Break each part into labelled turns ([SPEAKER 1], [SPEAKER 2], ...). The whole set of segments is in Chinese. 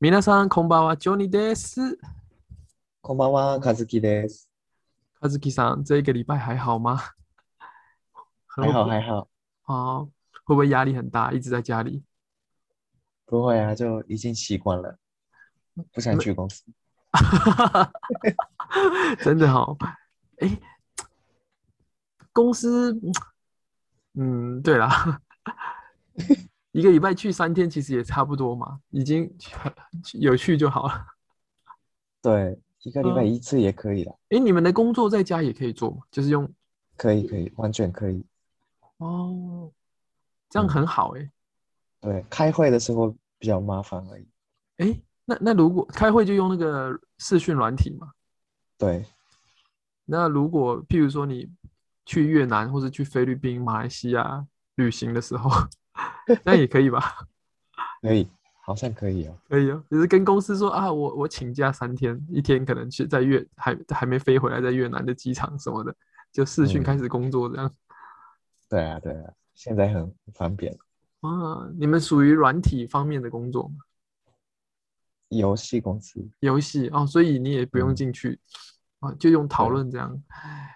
[SPEAKER 1] 皆さん、こんばんは、Johnny です。
[SPEAKER 2] こんばんは、和樹です。
[SPEAKER 1] 和樹さん，这一个礼拜还好吗？很
[SPEAKER 2] 还好还好，
[SPEAKER 1] 啊，会不会压力很大？一直在家里，
[SPEAKER 2] 不会啊，就已经习惯了，不想去公司。
[SPEAKER 1] 真的好、哎、公司，嗯，对啦， 一个礼拜去三天，其实也差不多嘛，已经有去就好了。
[SPEAKER 2] 对，一个礼拜
[SPEAKER 1] 嗯
[SPEAKER 2] 一次也可以的，
[SPEAKER 1] 哎，你们的工作在家也可以做吗？就是用
[SPEAKER 2] 可以可以，完全可以。
[SPEAKER 1] 哦，这样
[SPEAKER 2] 嗯
[SPEAKER 1] 很好哎、
[SPEAKER 2] 对，开会的时候比较麻烦而已。
[SPEAKER 1] 诶那那如果开会就用那个视讯软体嘛？
[SPEAKER 2] 对，
[SPEAKER 1] 那如果譬如说你去越南或者去菲律宾、马来西亚旅行的时候， 那也可以吧？
[SPEAKER 2] 可以，好像可以哦。
[SPEAKER 1] 可以啊，只是跟公司说啊，我我请假三天，一天可能去在越还还没飞回来，在越南的机场什么的，就视讯
[SPEAKER 2] 嗯
[SPEAKER 1] 开始工作这样。
[SPEAKER 2] 对啊，对啊，现在很方便。
[SPEAKER 1] 啊，你们属于软体方面的工作吗？
[SPEAKER 2] 游戏公司，
[SPEAKER 1] 游戏哦，所以你也不用
[SPEAKER 2] 嗯
[SPEAKER 1] 进去啊，就用讨
[SPEAKER 2] 对
[SPEAKER 1] 论这样。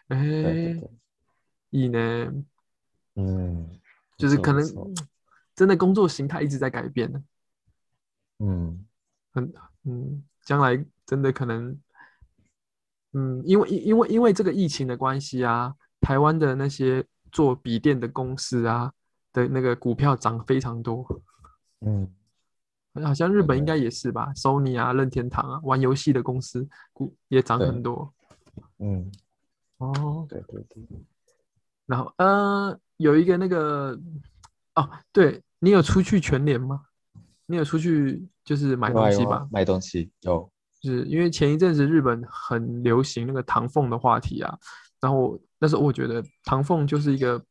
[SPEAKER 2] 对对
[SPEAKER 1] 哎，
[SPEAKER 2] 对，
[SPEAKER 1] いいね。
[SPEAKER 2] 嗯
[SPEAKER 1] 就是
[SPEAKER 2] 错
[SPEAKER 1] 可
[SPEAKER 2] 不
[SPEAKER 1] 能
[SPEAKER 2] 错
[SPEAKER 1] 真的工作形态一直在改变呢。
[SPEAKER 2] 嗯，
[SPEAKER 1] 嗯，将来真的可能，嗯，因为因因为因为这个疫情的关系啊，台湾的那些做笔电的公司啊的那个股票涨非常多，
[SPEAKER 2] 嗯，
[SPEAKER 1] 好像日本应
[SPEAKER 2] 真的
[SPEAKER 1] 该也是吧，Sony 啊、任天堂啊，玩游戏的公司股也涨
[SPEAKER 2] 对
[SPEAKER 1] 很多
[SPEAKER 2] 嗯，
[SPEAKER 1] 哦。
[SPEAKER 2] 对对对，
[SPEAKER 1] 然后呃，有一个那个哦，对你有出去全联吗？你有出去就是买
[SPEAKER 2] 有啊
[SPEAKER 1] 东西
[SPEAKER 2] 有啊
[SPEAKER 1] 吧？
[SPEAKER 2] 买东西有，
[SPEAKER 1] 就是因为前一阵子日本很流行那个唐凤的话题啊，然后那时候我觉得唐凤就是一个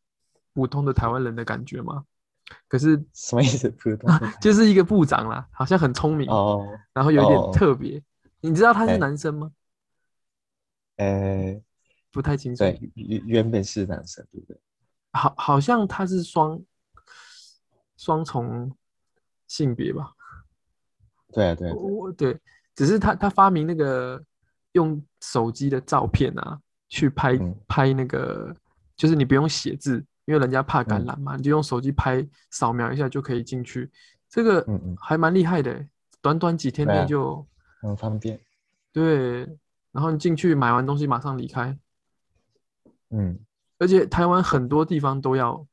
[SPEAKER 1] 普通的台湾人的感觉嘛，可是
[SPEAKER 2] 什么意思？普通 的
[SPEAKER 1] 就是一个部长啦，好像很聪明，
[SPEAKER 2] 哦，
[SPEAKER 1] 然后有一
[SPEAKER 2] 哦哦
[SPEAKER 1] 点
[SPEAKER 2] 哦
[SPEAKER 1] 特别。你知道他是
[SPEAKER 2] 哎
[SPEAKER 1] 男生吗？
[SPEAKER 2] 呃，
[SPEAKER 1] 不太清楚。
[SPEAKER 2] 对，原原本是男生，对不对？
[SPEAKER 1] 好，好像他是双双重性别吧？
[SPEAKER 2] 对啊对啊，对啊
[SPEAKER 1] 我对，只是他他发明那个用手机的照片啊，去拍、
[SPEAKER 2] 嗯
[SPEAKER 1] 拍那个，就是你不用写字，因为人家怕感
[SPEAKER 2] 嗯
[SPEAKER 1] 染嘛，你就用手机拍，扫描一下就可以进去。这个
[SPEAKER 2] 嗯嗯，
[SPEAKER 1] 还蛮厉害的欸，短短几天
[SPEAKER 2] 对
[SPEAKER 1] 内
[SPEAKER 2] 啊
[SPEAKER 1] 就
[SPEAKER 2] 很方便。
[SPEAKER 1] 对，然后你进去买完东西马上离开，
[SPEAKER 2] 嗯，
[SPEAKER 1] 而且台湾很多地方都要，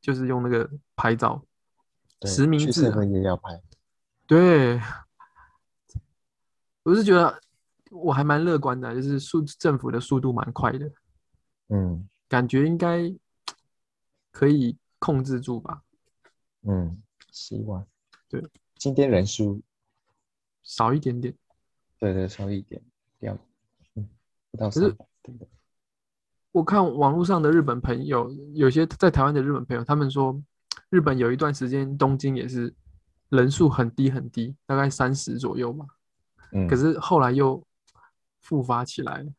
[SPEAKER 1] 就是用那个拍照，
[SPEAKER 2] 对，
[SPEAKER 1] 实名
[SPEAKER 2] 去
[SPEAKER 1] 制啊
[SPEAKER 2] 7-Eleven 也要拍。
[SPEAKER 1] 对，我是觉得我还蛮乐观的，啊就是速政府的速度蛮快的，
[SPEAKER 2] 嗯
[SPEAKER 1] 感觉应该可以控制住吧，
[SPEAKER 2] 嗯，希望。
[SPEAKER 1] 对，
[SPEAKER 2] 今天人数，
[SPEAKER 1] 少一点点。
[SPEAKER 2] 对对，稍微一点，要，嗯，不到
[SPEAKER 1] 可
[SPEAKER 2] 三
[SPEAKER 1] 是
[SPEAKER 2] 百，对的。
[SPEAKER 1] 我看网络上的日本朋友，有些在台湾的日本朋友，他们说日本有一段时间东京也是人数很低很低，大概三十左右吧，
[SPEAKER 2] 嗯，
[SPEAKER 1] 可是后来又复发起来了。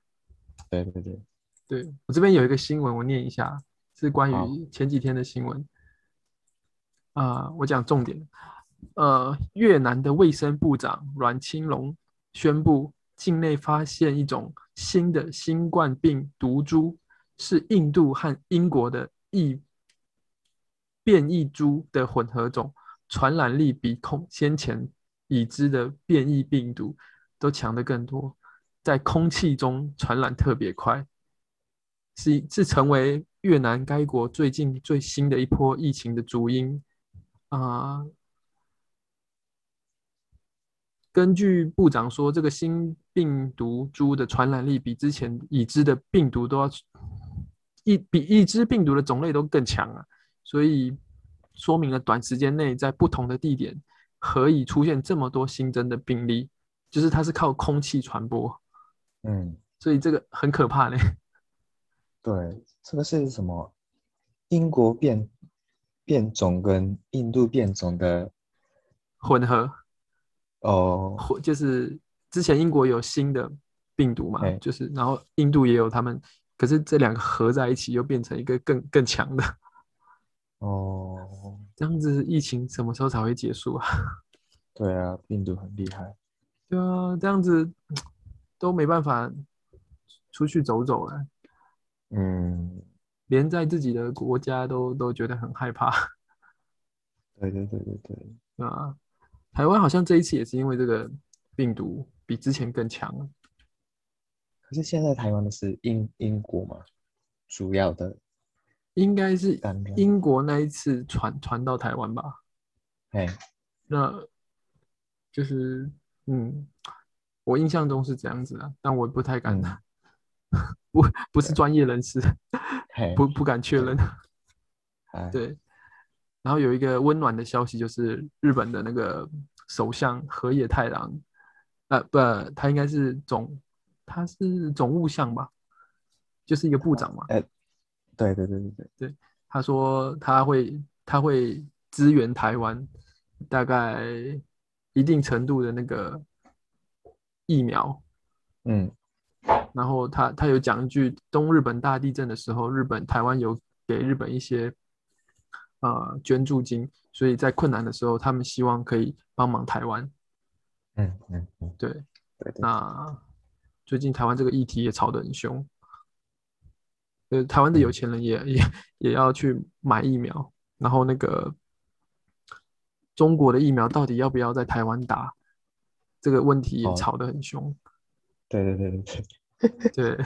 [SPEAKER 2] 对对对，
[SPEAKER 1] 对，我这边有一个新闻，我念一下，是关
[SPEAKER 2] 好
[SPEAKER 1] 于前几天的新闻。啊、我讲重点。呃，越南的卫生部长阮清龙宣布，境内发现一种新的新冠病毒株，是印度和英国的异变异株的混合种，传染力比空先前已知的变异病毒都强得更多，在空气中传染特别快。是是成为越南该国最近最新的一波疫情的主因啊、根据部长说，这个新病毒株的传染力比之前已知的病毒都要一比已知病毒的种类都更强啊，所以说明了短时间内在不同的地点何以出现这么多新增的病例，就是它是靠空气传播，
[SPEAKER 2] 嗯，
[SPEAKER 1] 所以这个很可怕嘞。
[SPEAKER 2] 对，这个是什么？英国变变种跟印度变种的
[SPEAKER 1] 混合
[SPEAKER 2] 哦，
[SPEAKER 1] 或就是之前英国有新的病毒嘛，
[SPEAKER 2] 对
[SPEAKER 1] 就是然后印度也有他们，可是这两个合在一起又变成一个更更强的，
[SPEAKER 2] 哦，
[SPEAKER 1] 这样子疫情什么时候才会结束啊？
[SPEAKER 2] 对啊，病毒很厉害。
[SPEAKER 1] 对啊，这样子都没办法出去走走了，
[SPEAKER 2] 嗯，
[SPEAKER 1] 连在自己的国家都都觉得很害怕，
[SPEAKER 2] 对对对对对，
[SPEAKER 1] 对吧？台湾好像这一次也是因为这个病毒比之前更强了，
[SPEAKER 2] 可是现在台湾的是英英国嘛，主要的
[SPEAKER 1] 应该是
[SPEAKER 2] 感染。
[SPEAKER 1] 英国那一次传传到台湾吧？
[SPEAKER 2] 哎，
[SPEAKER 1] 那就是嗯，我印象中是这样子的，但我不太敢，
[SPEAKER 2] 嗯
[SPEAKER 1] 不不是专业人士，
[SPEAKER 2] 嘿，
[SPEAKER 1] 不不敢确认。
[SPEAKER 2] 哎，
[SPEAKER 1] 对，然后有一个温暖的消息，就是日本的那个首相河野太郎，呃，不，他应该是总，他是总务相吧，就是一个部长嘛。
[SPEAKER 2] 呃对对对对对，
[SPEAKER 1] 他说他会他会支援台湾，大概一定程度的那个疫苗。
[SPEAKER 2] 嗯，
[SPEAKER 1] 然后他他有讲一句，东日本大地震的时候，日本台湾有给日本一些呃捐助金，所以在困难的时候，他们希望可以帮忙台湾。
[SPEAKER 2] 嗯嗯嗯，
[SPEAKER 1] 对，
[SPEAKER 2] 对对，
[SPEAKER 1] 那最近台湾这个议题也吵得很凶，呃，台湾的
[SPEAKER 2] 嗯
[SPEAKER 1] 有钱人也也也要去买疫苗，然后那个中国的疫苗到底要不要在台湾打，这个问题也
[SPEAKER 2] 哦
[SPEAKER 1] 吵得很 凶。
[SPEAKER 2] 对对对对对，
[SPEAKER 1] 对，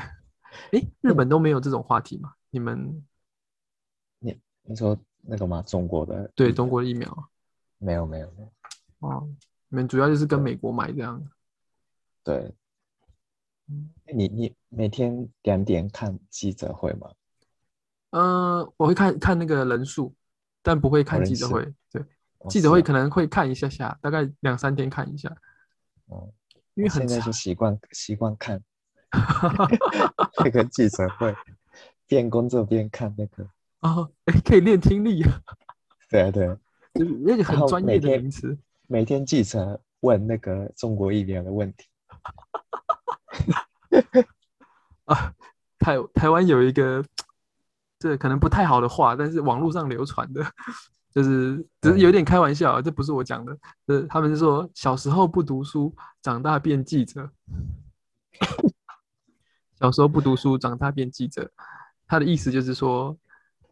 [SPEAKER 1] 诶，日本都没有这种话题嘛？你们
[SPEAKER 2] 你说那个嘛，中国的嗯
[SPEAKER 1] 对中国的疫苗
[SPEAKER 2] 没有没有没有，
[SPEAKER 1] 哦，你们主要就是跟
[SPEAKER 2] 对
[SPEAKER 1] 美国买这样。
[SPEAKER 2] 对
[SPEAKER 1] 嗯，
[SPEAKER 2] 你你每天两点看记者会吗？
[SPEAKER 1] 呃，我会看看那个人数，但不会看
[SPEAKER 2] 人
[SPEAKER 1] 记者
[SPEAKER 2] 数
[SPEAKER 1] 会。对，
[SPEAKER 2] 哦
[SPEAKER 1] 记者会
[SPEAKER 2] 是啊
[SPEAKER 1] 可能会看一下下，大概两三天看一下，
[SPEAKER 2] 哦，
[SPEAKER 1] 因
[SPEAKER 2] 我
[SPEAKER 1] 为很
[SPEAKER 2] 现在
[SPEAKER 1] 长。
[SPEAKER 2] 就习惯习惯 看 那个记者会，边工作边看那个，
[SPEAKER 1] 哦，哎，可以练听力啊，
[SPEAKER 2] 对啊对啊，
[SPEAKER 1] 就是那个很
[SPEAKER 2] 然后
[SPEAKER 1] 专
[SPEAKER 2] 每
[SPEAKER 1] 业的
[SPEAKER 2] 天
[SPEAKER 1] 名词。
[SPEAKER 2] 每天记者问那个中国疫苗的问题，
[SPEAKER 1] 啊，台台湾有一个，这可能不太好的话，但是网络上流传的， 就是只是有点开玩笑啊，这不是我讲的，呃，他们是说小时候不读书，长大变记者。小时候不读书，长大变记者，他的意思就是说，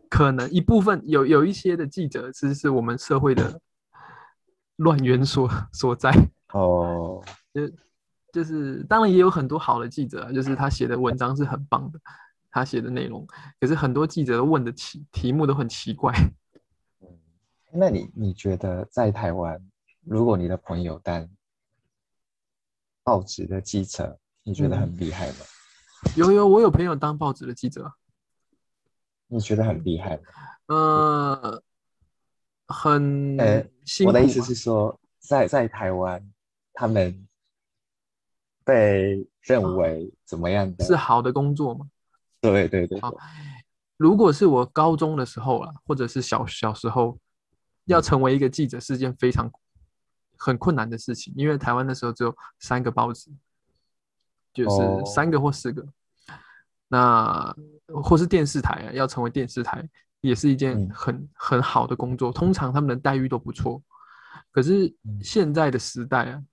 [SPEAKER 1] 可能一部分有有一些的记者，其实是我们社会的乱源所所在。
[SPEAKER 2] 哦，
[SPEAKER 1] 就是当然也有很多好的记者啊，就是他写的文章是很棒的，他写的内容，可是很多记者问的题题目都很奇怪。
[SPEAKER 2] 嗯，那你你觉得在台湾，如果你的朋友当报纸的记者，你觉得
[SPEAKER 1] 嗯
[SPEAKER 2] 很厉害吗？
[SPEAKER 1] 有有，我有朋友当报纸的记者，
[SPEAKER 2] 你觉得很厉害吗？
[SPEAKER 1] 呃，很
[SPEAKER 2] 呃
[SPEAKER 1] 辛苦
[SPEAKER 2] 我
[SPEAKER 1] 啊、
[SPEAKER 2] 的意思是说，在在台湾，他们被认为怎么样的？
[SPEAKER 1] 是好的工作嘛。
[SPEAKER 2] 对对对
[SPEAKER 1] 好如果是我高中的时候啊，或者是
[SPEAKER 2] 嗯
[SPEAKER 1] 小小时候，要成为一个记者是件非常很困难的事情，因为台湾那时候只有三个报纸，就是
[SPEAKER 2] 哦
[SPEAKER 1] 三个或四个，那或是电视台啊，要成为电视台也是一件
[SPEAKER 2] 嗯
[SPEAKER 1] 很、很好的工作，通常他们的待遇都不错。可是
[SPEAKER 2] 嗯
[SPEAKER 1] 现在的时代啊，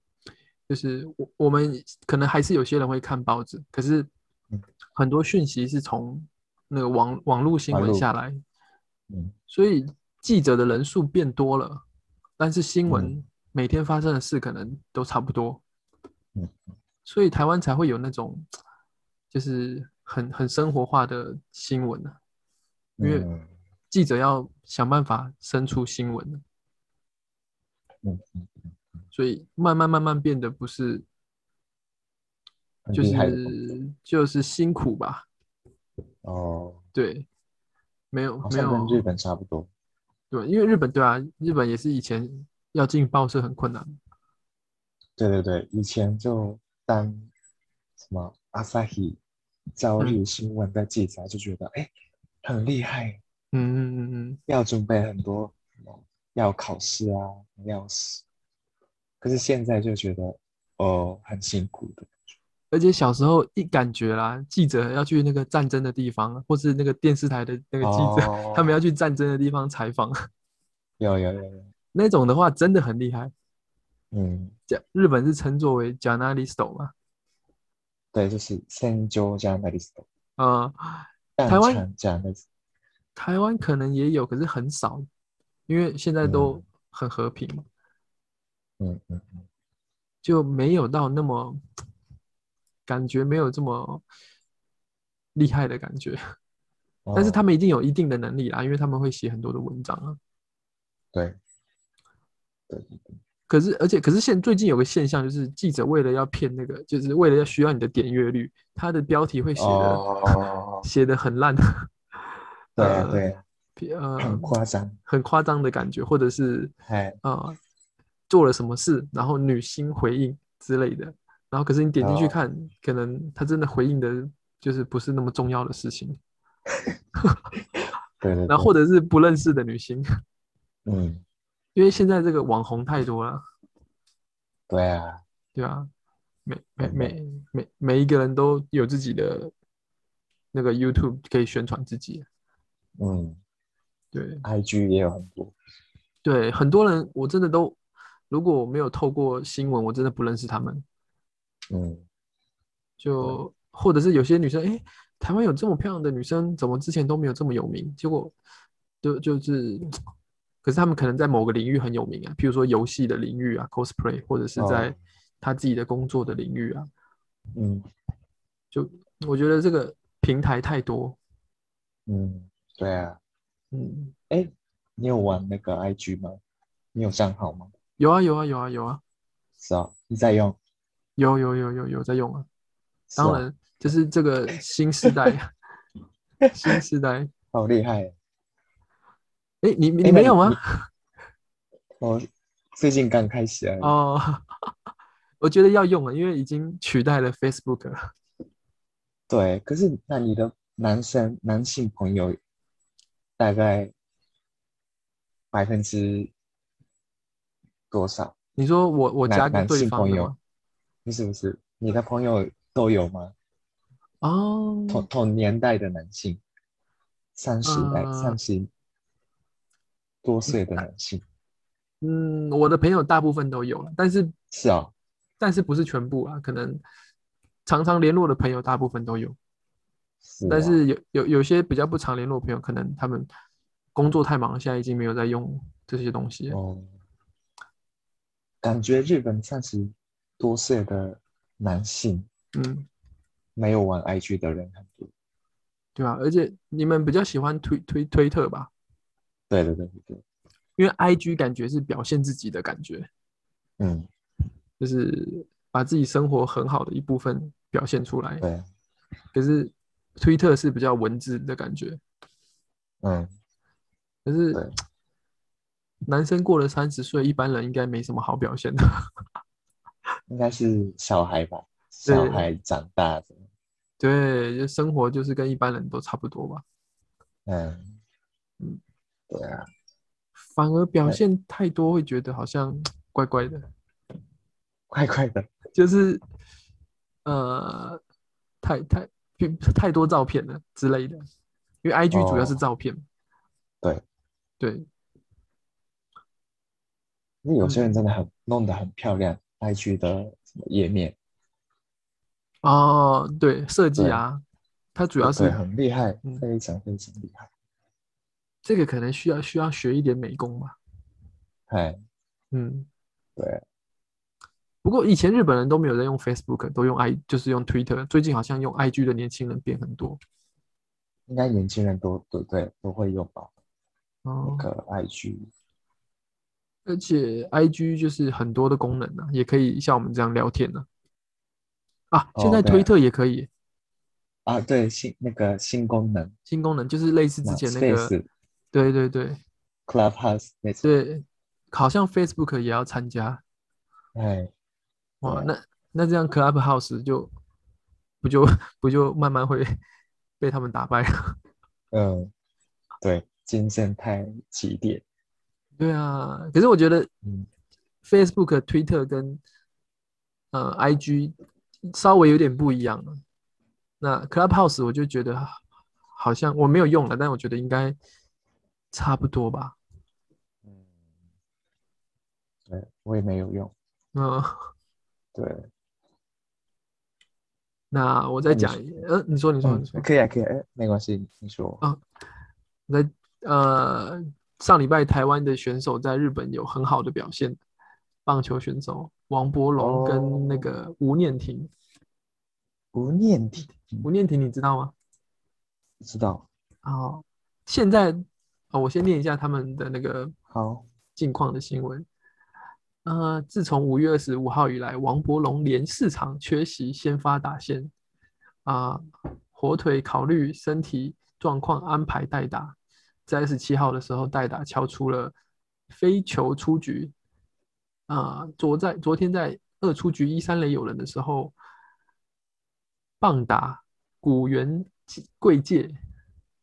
[SPEAKER 1] 就是我我们可能还是有些人会看报纸，可是
[SPEAKER 2] 嗯
[SPEAKER 1] 很多讯息是从那个网网络新
[SPEAKER 2] 网
[SPEAKER 1] 闻
[SPEAKER 2] 络
[SPEAKER 1] 下来，
[SPEAKER 2] 嗯，
[SPEAKER 1] 所以记者的人数变多了，但是新闻
[SPEAKER 2] 嗯
[SPEAKER 1] 每天发生的事可能都差不多，
[SPEAKER 2] 嗯，
[SPEAKER 1] 所以台湾才会有那种就是很很生活化的新闻呢、啊，因为
[SPEAKER 2] 嗯
[SPEAKER 1] 记者要想办法生出新闻呢，
[SPEAKER 2] 嗯嗯，
[SPEAKER 1] 所以慢慢慢慢变得不是
[SPEAKER 2] 很
[SPEAKER 1] 就
[SPEAKER 2] 厉害的工作
[SPEAKER 1] 是就是辛苦吧，
[SPEAKER 2] 哦，
[SPEAKER 1] 对，没有
[SPEAKER 2] 好
[SPEAKER 1] 没有
[SPEAKER 2] 像跟日本差不多。
[SPEAKER 1] 对，因为日本对啊，日本也是以前要进报社很困难，
[SPEAKER 2] 对对对，以前就当什么阿萨
[SPEAKER 1] 嗯
[SPEAKER 2] 希朝日新闻的记者，就觉得哎、诶很厉害，
[SPEAKER 1] 嗯嗯嗯嗯，
[SPEAKER 2] 要准备很多什么，要考试啊，要死。可是现在就觉得哦，很辛苦的。
[SPEAKER 1] 而且小时候一感觉啦，记者要去那个战争的地方，或是那个电视台的那个记者，
[SPEAKER 2] 哦
[SPEAKER 1] 他们要去战争的地方采访，
[SPEAKER 2] 有有有有，
[SPEAKER 1] 那种的话真的很厉害，
[SPEAKER 2] 嗯，
[SPEAKER 1] 讲日本是称作为 journalisto 嘛，
[SPEAKER 2] 对，就是深究加 m e d i c i
[SPEAKER 1] 呃，
[SPEAKER 2] n
[SPEAKER 1] 台湾
[SPEAKER 2] 加 m e d i c
[SPEAKER 1] 台湾可能也有，可是很少，因为现在都
[SPEAKER 2] 嗯
[SPEAKER 1] 很和平嘛，
[SPEAKER 2] 嗯嗯嗯，
[SPEAKER 1] 就没有到那么感觉没有这么厉害的感觉。 但是
[SPEAKER 2] 哦
[SPEAKER 1] 他们一定有一定的能力啦，因为他们会写很多的文章啊。
[SPEAKER 2] 对
[SPEAKER 1] 可是，而且，可是现最近有个现象，就是记者为了要骗那个，就是为了要需要你的点阅率，他的标题会写的
[SPEAKER 2] 哦，
[SPEAKER 1] 写的很烂，
[SPEAKER 2] 对啊
[SPEAKER 1] 呃
[SPEAKER 2] 对啊，
[SPEAKER 1] 呃
[SPEAKER 2] 很，夸张，
[SPEAKER 1] 很夸张的感觉，或者是
[SPEAKER 2] 哎，
[SPEAKER 1] 呃做了什么事，然后女星回应之类的，然后可是你点进去
[SPEAKER 2] 哦
[SPEAKER 1] 看，可能他真的回应的就是不是那么重要的事情，
[SPEAKER 2] 对对
[SPEAKER 1] 然后或
[SPEAKER 2] 对，
[SPEAKER 1] 者是不认识的女星，
[SPEAKER 2] 嗯，
[SPEAKER 1] 因为现在这个网红太多了。
[SPEAKER 2] 对啊，
[SPEAKER 1] 对啊，每每
[SPEAKER 2] 真的
[SPEAKER 1] 每每每一个人都有自己的那个 YouTube 可以宣传自己。
[SPEAKER 2] 嗯
[SPEAKER 1] 对
[SPEAKER 2] ，IG 也有很多，
[SPEAKER 1] 对，很多人我真的都，如果我没有透过新闻，我真的不认识他们。
[SPEAKER 2] 嗯，
[SPEAKER 1] 就或者是有些女生，哎，台湾有这么漂亮的女生，怎么之前都没有这么有名？结果就就是，可是他们可能在某个领域很有名啊，譬如说游戏的领域啊，cosplay，或者是
[SPEAKER 2] 哦
[SPEAKER 1] 在他自己的工作的领域啊。
[SPEAKER 2] 嗯
[SPEAKER 1] 我觉得这个平台太多，
[SPEAKER 2] 嗯，对啊，
[SPEAKER 1] 嗯。
[SPEAKER 2] 哎，你有玩那个 IG 吗？你有账号吗？
[SPEAKER 1] 有啊有啊有啊有啊
[SPEAKER 2] 是啊，你在用？
[SPEAKER 1] 有有有有有在用啊，
[SPEAKER 2] 是
[SPEAKER 1] 当
[SPEAKER 2] 啊，
[SPEAKER 1] 然就是这个新时 代，新时代，
[SPEAKER 2] 好厉害，
[SPEAKER 1] 哎，你你
[SPEAKER 2] 诶
[SPEAKER 1] 没有吗？？
[SPEAKER 2] 那你你我哦最近刚开始啊，
[SPEAKER 1] 哦， 我觉得要用了，因为已经取代了 Facebook 了。
[SPEAKER 2] 对，可是那你的男生男性朋友大概百分之多少？
[SPEAKER 1] 你说我我
[SPEAKER 2] 男
[SPEAKER 1] 加给
[SPEAKER 2] 男
[SPEAKER 1] 对
[SPEAKER 2] 性
[SPEAKER 1] 方
[SPEAKER 2] 朋
[SPEAKER 1] 的
[SPEAKER 2] 友
[SPEAKER 1] 吗？，
[SPEAKER 2] 不是不是，你的朋友都有吗？同
[SPEAKER 1] 哦，
[SPEAKER 2] 同年代的男性，三十代
[SPEAKER 1] 呃
[SPEAKER 2] 三十多岁的男性，
[SPEAKER 1] 嗯，我的朋友大部分都有了，但是
[SPEAKER 2] 是啊，
[SPEAKER 1] 但是不是全部啊，可能常常联络的朋友大部分都有，
[SPEAKER 2] 是
[SPEAKER 1] 但
[SPEAKER 2] 啊，
[SPEAKER 1] 是有有有些比较不常联络的朋友，可能他们工作太忙了，现在已经没有在用这些东西了。
[SPEAKER 2] 哦，感觉日本三十多岁的男性
[SPEAKER 1] 嗯。
[SPEAKER 2] 没有玩 IG 的人很多，
[SPEAKER 1] 对啊，而且你们比较喜欢推推推特吧？
[SPEAKER 2] 对对对对对，
[SPEAKER 1] 因为 IG 感觉是表现自己的感觉，
[SPEAKER 2] 嗯，
[SPEAKER 1] 就是把自己生活很好的一部分表现出来。
[SPEAKER 2] 对，
[SPEAKER 1] 可是推特是比较文字的感觉，
[SPEAKER 2] 嗯，
[SPEAKER 1] 可是
[SPEAKER 2] 对
[SPEAKER 1] 男生过了三十岁，一般人应该没什么好表现的。
[SPEAKER 2] 应该是小孩吧，
[SPEAKER 1] 对
[SPEAKER 2] 小孩长大的，
[SPEAKER 1] 对，就生活就是跟一般人都差不多吧，
[SPEAKER 2] 嗯
[SPEAKER 1] 嗯，
[SPEAKER 2] 对啊，
[SPEAKER 1] 反而表
[SPEAKER 2] 对
[SPEAKER 1] 现太多会觉得好像怪怪的，
[SPEAKER 2] 快快的，
[SPEAKER 1] 就是呃太太太多照片了之类的，因为 IG 主要是
[SPEAKER 2] 哦
[SPEAKER 1] 照片。
[SPEAKER 2] 对，
[SPEAKER 1] 对，
[SPEAKER 2] 因为有些
[SPEAKER 1] 嗯
[SPEAKER 2] 人真的很弄得很漂亮，IG 的什么页面，
[SPEAKER 1] 哦，对，设计
[SPEAKER 2] 对
[SPEAKER 1] 啊，它主要
[SPEAKER 2] 对，
[SPEAKER 1] 是
[SPEAKER 2] 很厉害
[SPEAKER 1] 嗯，
[SPEAKER 2] 非常非常厉害，
[SPEAKER 1] 这个可能需要需要学一点美工吧，
[SPEAKER 2] 哎，
[SPEAKER 1] 嗯，
[SPEAKER 2] 对，
[SPEAKER 1] 不过以前日本人都没有在用 Facebook，都用 i 就是用 Twitter，最近好像用 IG 的年轻人变很多，
[SPEAKER 2] 应该年轻人都都对都会用吧，那
[SPEAKER 1] 哦，
[SPEAKER 2] 个 IG，
[SPEAKER 1] 而且 IG 就是很多的功能啊，也可以像我们这样聊天呢、啊，现
[SPEAKER 2] 哦
[SPEAKER 1] 在
[SPEAKER 2] 对
[SPEAKER 1] 推
[SPEAKER 2] 啊
[SPEAKER 1] 特也可以
[SPEAKER 2] 啊，对，新那个新功能，
[SPEAKER 1] 新功能，就是类似之
[SPEAKER 2] 那
[SPEAKER 1] 前那个，
[SPEAKER 2] Space、
[SPEAKER 1] 对对对
[SPEAKER 2] Clubhouse 那种，
[SPEAKER 1] 对，好像 Facebook 也要参加，
[SPEAKER 2] 哎，
[SPEAKER 1] 哇，
[SPEAKER 2] 对
[SPEAKER 1] 那那这样 Clubhouse 就不就 不就慢慢会被他们打败了？
[SPEAKER 2] 嗯，对，金正太起点，
[SPEAKER 1] 对啊，可是我觉得
[SPEAKER 2] 嗯，
[SPEAKER 1] Facebook、Twitter 跟呃 IG 稍微有点不一样了。啊那 Clubhouse 我就觉得好像我没有用了，但我觉得应该差不多吧。
[SPEAKER 2] 嗯，对，我也没有用，
[SPEAKER 1] 嗯，
[SPEAKER 2] 对，
[SPEAKER 1] 那我再
[SPEAKER 2] 你
[SPEAKER 1] 讲
[SPEAKER 2] 说
[SPEAKER 1] 一，呃，你说，你说，
[SPEAKER 2] 嗯
[SPEAKER 1] 你说，，
[SPEAKER 2] 可以啊，可以啊，哎没关系，你说
[SPEAKER 1] 啊我在呃上礼拜台湾的选手在日本有很好的表现，棒球选手王柏龙跟那
[SPEAKER 2] 哦
[SPEAKER 1] 个吴念婷，
[SPEAKER 2] 吴念婷，
[SPEAKER 1] 吴念婷你知道吗？
[SPEAKER 2] 知道，
[SPEAKER 1] 哦，现在哦，我先念一下他们的那个
[SPEAKER 2] 好，
[SPEAKER 1] 近况的新闻。呃，自从五月二十五号以来，王柏龙连四场缺席先发打线，啊、火腿考虑身体状况安排代打，在二十七号的时候代打敲出了非球出局。啊、昨在昨天在二出局一三垒有人的时候，棒打古原贵介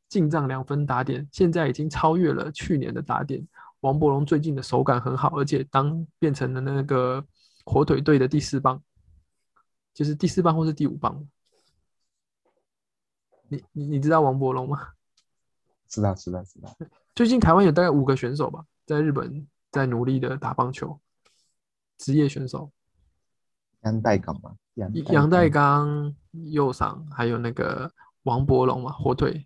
[SPEAKER 1] 进账两分打点，现在已经超越了去年的打点。王柏龙最近的手感很好，而且当变成了那个火腿队的第四棒，就是第四棒或是第五棒。你你你知道王柏龙吗？
[SPEAKER 2] 知道，知道，知道，
[SPEAKER 1] 最近台湾有大概五个选手吧，在日本在努力的打棒球，职业选手
[SPEAKER 2] 杨代港嘛，杨
[SPEAKER 1] 杨代
[SPEAKER 2] 代
[SPEAKER 1] 刚、右上，还有那个王柏龙嘛，火腿，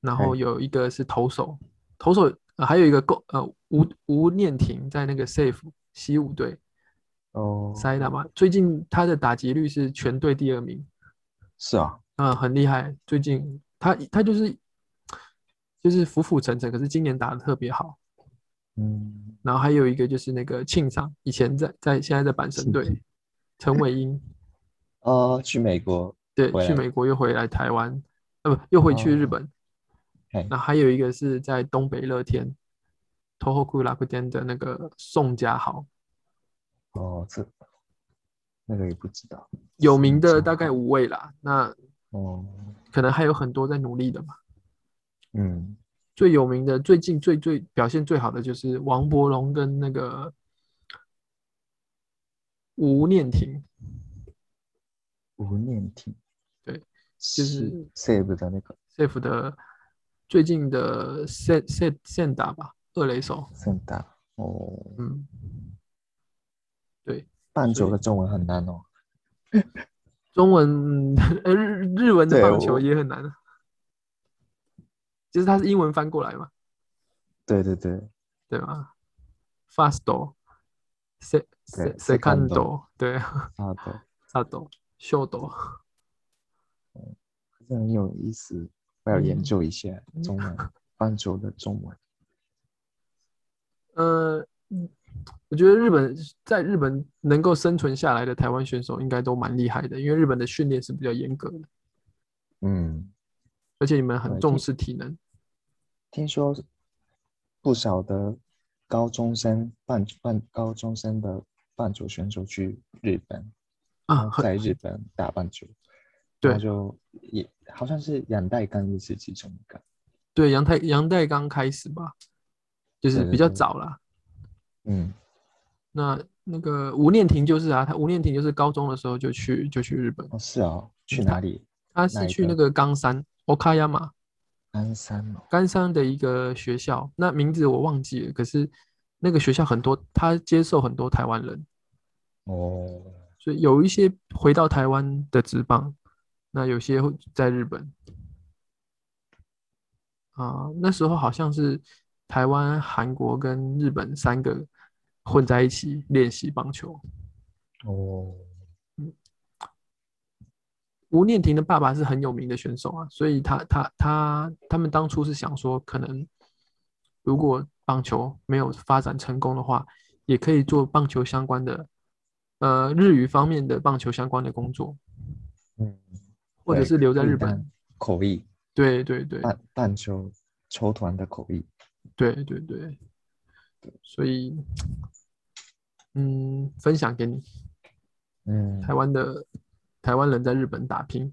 [SPEAKER 1] 然后
[SPEAKER 2] 哎
[SPEAKER 1] 有一个是投手，投手、呃还有一个够呃吴吴念婷在那个 safe 西武队，
[SPEAKER 2] 哦，
[SPEAKER 1] 塞纳嘛，最近他的打击率是全队第二名，
[SPEAKER 2] 是啊，
[SPEAKER 1] 嗯，很厉害。最近他他就是就是浮浮沉沉，可是今年打的特别好。
[SPEAKER 2] 嗯，
[SPEAKER 1] 然后还有一个就是那个庆尚，以前在在现在在阪神队，陈伟英
[SPEAKER 2] 哦，去美国，
[SPEAKER 1] 对
[SPEAKER 2] 回来
[SPEAKER 1] 去美国又回来台湾，呃不又回去日
[SPEAKER 2] 哦
[SPEAKER 1] 本。
[SPEAKER 2] 嘿，
[SPEAKER 1] 那还有一个是在东北乐天，头后库拉库天的那个宋家豪，
[SPEAKER 2] 哦，这那个也不知道，
[SPEAKER 1] 有名的
[SPEAKER 2] 宋家
[SPEAKER 1] 大概
[SPEAKER 2] 豪
[SPEAKER 1] 五位啦，那
[SPEAKER 2] 哦，
[SPEAKER 1] 可能还有很多在努力的嘛。
[SPEAKER 2] 嗯，
[SPEAKER 1] 最有名的、最近最最表现最好的就是王柏龙跟那个吴念婷，
[SPEAKER 2] 吴念婷，
[SPEAKER 1] 对，就是是
[SPEAKER 2] Save 的那个
[SPEAKER 1] Safe 的最近的 Set Set 现打吧，二垒手，
[SPEAKER 2] 圣达，哦，
[SPEAKER 1] 嗯，对，
[SPEAKER 2] 棒
[SPEAKER 1] 所
[SPEAKER 2] 球
[SPEAKER 1] 以
[SPEAKER 2] 的中文很难哦，
[SPEAKER 1] 中文 呃日日文的
[SPEAKER 2] 对
[SPEAKER 1] 棒球
[SPEAKER 2] 我
[SPEAKER 1] 也很难啊，就是它是英文翻过来嘛，
[SPEAKER 2] 对对对，
[SPEAKER 1] 对吧？Fasto Se Se
[SPEAKER 2] 对
[SPEAKER 1] Secondo 对啊
[SPEAKER 2] 好的，
[SPEAKER 1] Sado Shodo。
[SPEAKER 2] 这很有意思，我要
[SPEAKER 1] 嗯
[SPEAKER 2] 研究一下中文，棒球的中文，
[SPEAKER 1] 呃，嗯我觉得日本在日本能够生存下来的台湾选手应该都蛮厉害的，因为日本的训练是比较严格的，
[SPEAKER 2] 嗯。
[SPEAKER 1] 而且你们很
[SPEAKER 2] 对
[SPEAKER 1] 重
[SPEAKER 2] 就
[SPEAKER 1] 视体能。
[SPEAKER 2] 听说不少的高中生棒棒高中生的棒球选手去日本，
[SPEAKER 1] 啊，很
[SPEAKER 2] 在日本打棒球，
[SPEAKER 1] 对
[SPEAKER 2] 然后就也好像是杨代刚也是其中一个，
[SPEAKER 1] 对，杨太杨代刚开始吧，就是
[SPEAKER 2] 对对
[SPEAKER 1] 比较
[SPEAKER 2] 对
[SPEAKER 1] 早啦。
[SPEAKER 2] 嗯，
[SPEAKER 1] 那那个吴念婷就是啊，她吴念婷就是高中的时候就去就去日本，
[SPEAKER 2] 哦是哦，去哪里？
[SPEAKER 1] 她是
[SPEAKER 2] 哪一
[SPEAKER 1] 去那
[SPEAKER 2] 个
[SPEAKER 1] 个冈山 Okayama
[SPEAKER 2] 鞍山哦，
[SPEAKER 1] 冈山的一个学校，那名字我忘记了，可是那个学校很多，他接受很多台湾人。
[SPEAKER 2] 哦，
[SPEAKER 1] 所以有一些回到台湾的职棒，那有些会在日本。啊、那时候好像是台湾、韩国跟日本三个混在一起练习棒球。
[SPEAKER 2] 哦，
[SPEAKER 1] 吴念婷的爸爸是很有名的选手啊，所以他他他他们当初是想说，可能如果棒球没有发展成功的话，也可以做棒球相关的，呃，日语方面的棒球相关的工作，
[SPEAKER 2] 嗯，
[SPEAKER 1] 或者
[SPEAKER 2] 对
[SPEAKER 1] 是留在日
[SPEAKER 2] 丹
[SPEAKER 1] 本。
[SPEAKER 2] 口译
[SPEAKER 1] 对对对
[SPEAKER 2] 棒棒球球团的口译，
[SPEAKER 1] 对对对，所以，嗯，分享给你
[SPEAKER 2] 嗯，
[SPEAKER 1] 台湾的台湾人在日本打拼，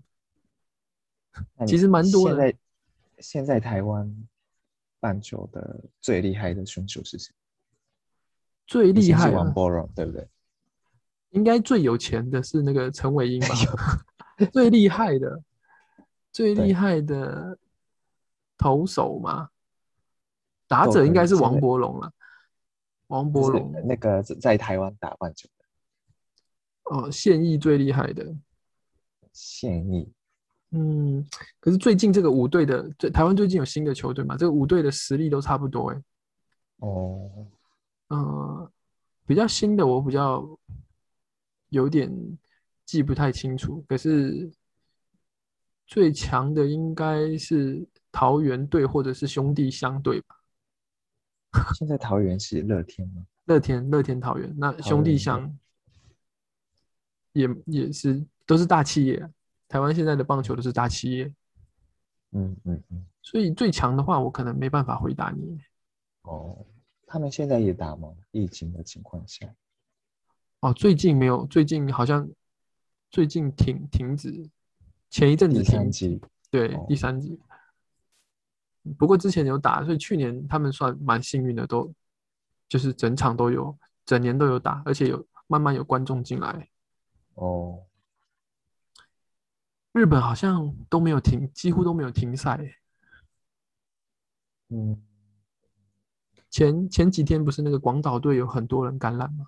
[SPEAKER 2] 那
[SPEAKER 1] 其
[SPEAKER 2] 你
[SPEAKER 1] 实蛮多的
[SPEAKER 2] 现在现在台湾棒球的最厉害的选手是谁？
[SPEAKER 1] 最
[SPEAKER 2] 以
[SPEAKER 1] 厉
[SPEAKER 2] 前是
[SPEAKER 1] 害啊
[SPEAKER 2] 王
[SPEAKER 1] 的
[SPEAKER 2] 柏荣，对不对？
[SPEAKER 1] 应该最有钱的是那个陈伟英吧，最厉害的，最
[SPEAKER 2] 哎对
[SPEAKER 1] 厉害的投手嘛，打
[SPEAKER 2] 斗
[SPEAKER 1] 者应
[SPEAKER 2] 争
[SPEAKER 1] 该是
[SPEAKER 2] 之
[SPEAKER 1] 王
[SPEAKER 2] 类
[SPEAKER 1] 柏龙了，王
[SPEAKER 2] 就
[SPEAKER 1] 柏
[SPEAKER 2] 是
[SPEAKER 1] 龙，
[SPEAKER 2] 那个在台湾打棒球的
[SPEAKER 1] 呃现役最厉害的。
[SPEAKER 2] 现役
[SPEAKER 1] 嗯，可是最近这个五队的，最台湾最近有新的球队嘛？这个五队的实力都差不多哎、
[SPEAKER 2] 哦，
[SPEAKER 1] 呃，比较新的我比较有点记不太清楚，可是最强的应该是桃园队或者是兄弟相对吧？
[SPEAKER 2] 现在桃园是乐天吗？
[SPEAKER 1] 乐天乐天桃园，那兄弟相也也是都是大企业，台湾现在的棒球都是大企业，
[SPEAKER 2] 嗯嗯嗯，
[SPEAKER 1] 所以最强的话我可能没办法回答你。
[SPEAKER 2] 哦，他们现在也打吗？疫情的情况下，
[SPEAKER 1] 哦，最近没有，最近好像最近停停止，前一阵子
[SPEAKER 2] 第三
[SPEAKER 1] 停
[SPEAKER 2] 季
[SPEAKER 1] 对，
[SPEAKER 2] 哦
[SPEAKER 1] 第三集。不过之前有打，所以去年他们算蛮幸运的，都就是整场都有，整年都有打，而且有慢慢有观众进来。
[SPEAKER 2] 哦，
[SPEAKER 1] 日本好像都没有停，几乎都没有停赛。
[SPEAKER 2] 嗯，
[SPEAKER 1] 前前几天不是那个广岛队有很多人感染吗？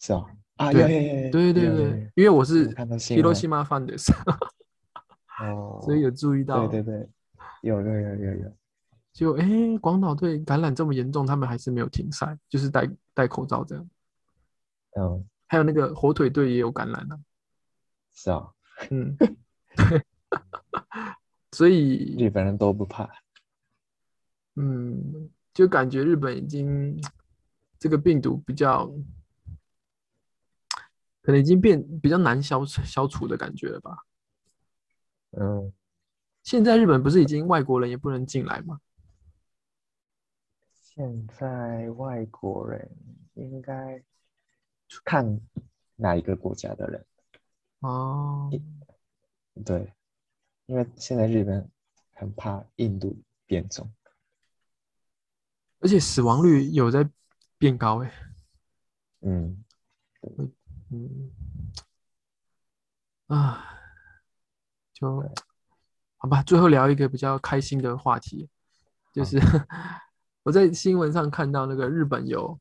[SPEAKER 2] 是啊，啊，
[SPEAKER 1] 对
[SPEAKER 2] 有有有有，
[SPEAKER 1] 对对
[SPEAKER 2] 有
[SPEAKER 1] 对，
[SPEAKER 2] 有有有
[SPEAKER 1] 对因为我是
[SPEAKER 2] 我看到新
[SPEAKER 1] h i r o
[SPEAKER 2] 闻
[SPEAKER 1] s h i m a fans，
[SPEAKER 2] 哦，
[SPEAKER 1] 所以有注意到。
[SPEAKER 2] 对对对，有有有有有，
[SPEAKER 1] 就诶，广岛队感染这么严重，他们还是没有停赛，就是戴戴口罩这样。
[SPEAKER 2] 嗯，
[SPEAKER 1] 还有那个火腿队也有感染啊。
[SPEAKER 2] 是啊，
[SPEAKER 1] 嗯，对， 所以
[SPEAKER 2] 日本人都不怕，
[SPEAKER 1] 嗯，就感觉日本已经这个病毒比较，可能已经变比较难消消除的感觉了吧。
[SPEAKER 2] 嗯，
[SPEAKER 1] 现在日本不是已经外国人也不能进来吗？
[SPEAKER 2] 现在外国人应该看哪一个国家的人，
[SPEAKER 1] 哦，
[SPEAKER 2] 对，因为现在日本很怕印度变种，
[SPEAKER 1] 而且死亡率有在变高欸诶、
[SPEAKER 2] 嗯，
[SPEAKER 1] 嗯，啊，就
[SPEAKER 2] 对
[SPEAKER 1] 好吧。最后聊一个比较开心的话题，就
[SPEAKER 2] 好
[SPEAKER 1] 是我在新闻上看到那个日本有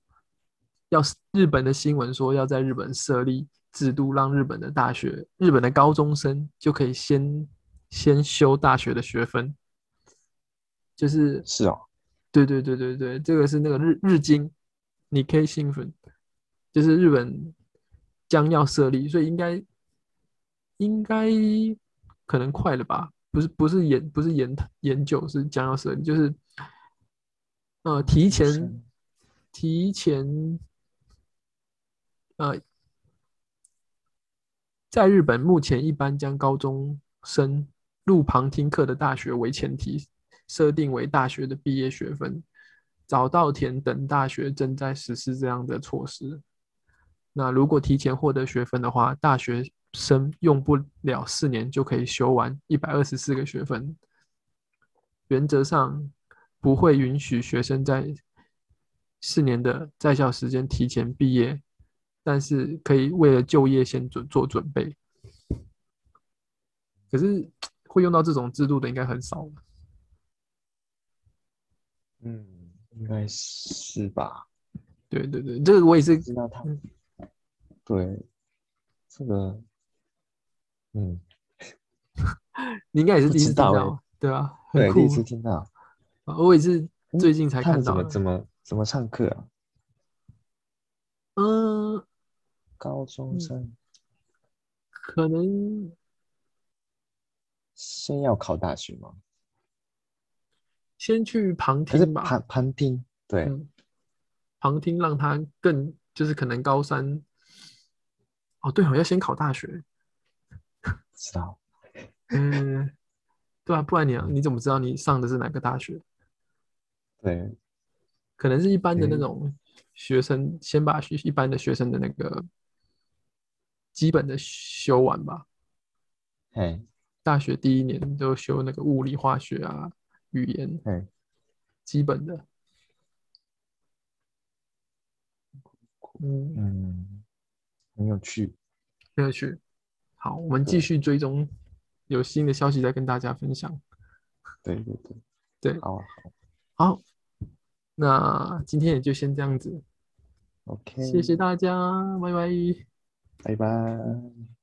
[SPEAKER 1] 要日本的新闻说要在日本设立制度，让日本的大学、日本的高中生就可以先先修大学的学分，就是
[SPEAKER 2] 是哦，
[SPEAKER 1] 对对对对对，这个是那个日日经，你可以兴奋，就是日本将要设立，所以应该应该可能快了吧？不是不是研不是研研究是将要设立，就是呃提前
[SPEAKER 2] 生
[SPEAKER 1] 提前呃，在日本目前一般将高中生入旁听课的大学为前提，设定为大学的毕业学分。早稻田等大学正在实施这样的措施。那如果提前获得学分的话，大学生用不了四年就可以修完一百二十四个学分。原则上不会允许学生在四年的在校时间提前毕业，但是可以为了就业先准做准备。可是会用到这种制度的应该很少吧
[SPEAKER 2] 嗯，应该是吧，
[SPEAKER 1] 对对对，这个我也是
[SPEAKER 2] 不知道他
[SPEAKER 1] 嗯，
[SPEAKER 2] 对，这个，嗯，
[SPEAKER 1] 你应该也是
[SPEAKER 2] 不
[SPEAKER 1] 第一
[SPEAKER 2] 知
[SPEAKER 1] 次听
[SPEAKER 2] 道欸
[SPEAKER 1] 到，对吧、啊？很
[SPEAKER 2] 对，第
[SPEAKER 1] 酷
[SPEAKER 2] 一，次听到，
[SPEAKER 1] 啊我也是
[SPEAKER 2] 嗯
[SPEAKER 1] 最近才看
[SPEAKER 2] 他们怎
[SPEAKER 1] 到
[SPEAKER 2] 么
[SPEAKER 1] 的。
[SPEAKER 2] 怎么怎么上课啊？
[SPEAKER 1] 嗯、
[SPEAKER 2] 高中
[SPEAKER 1] 嗯
[SPEAKER 2] 生
[SPEAKER 1] 可能
[SPEAKER 2] 先要考大学吗？
[SPEAKER 1] 先去旁
[SPEAKER 2] 可是
[SPEAKER 1] 听吧，
[SPEAKER 2] 旁旁听，对，
[SPEAKER 1] 嗯，旁听让他更就是可能高三，哦对哦，要先考大学，
[SPEAKER 2] 知道，
[SPEAKER 1] 嗯，对啊，不然你你怎么知道你上的是哪个大学？
[SPEAKER 2] 对，
[SPEAKER 1] 可能是一般的那
[SPEAKER 2] 嗯
[SPEAKER 1] 种学生，先把学一般的学生的那个基本的修完吧。
[SPEAKER 2] 嘿，
[SPEAKER 1] 大学第一年都修那个物理、化学啊、语言
[SPEAKER 2] 嘿，
[SPEAKER 1] 基本的。嗯，
[SPEAKER 2] 嗯，很有趣，
[SPEAKER 1] 很有趣。好，我们继
[SPEAKER 2] 对
[SPEAKER 1] 续追踪，有新的消息再跟大家分享。
[SPEAKER 2] 对对对，
[SPEAKER 1] 对
[SPEAKER 2] 好啊好
[SPEAKER 1] 好，那今天也就先这样子，
[SPEAKER 2] ，OK，
[SPEAKER 1] 谢谢大家，拜拜。嗯
[SPEAKER 2] 拜拜。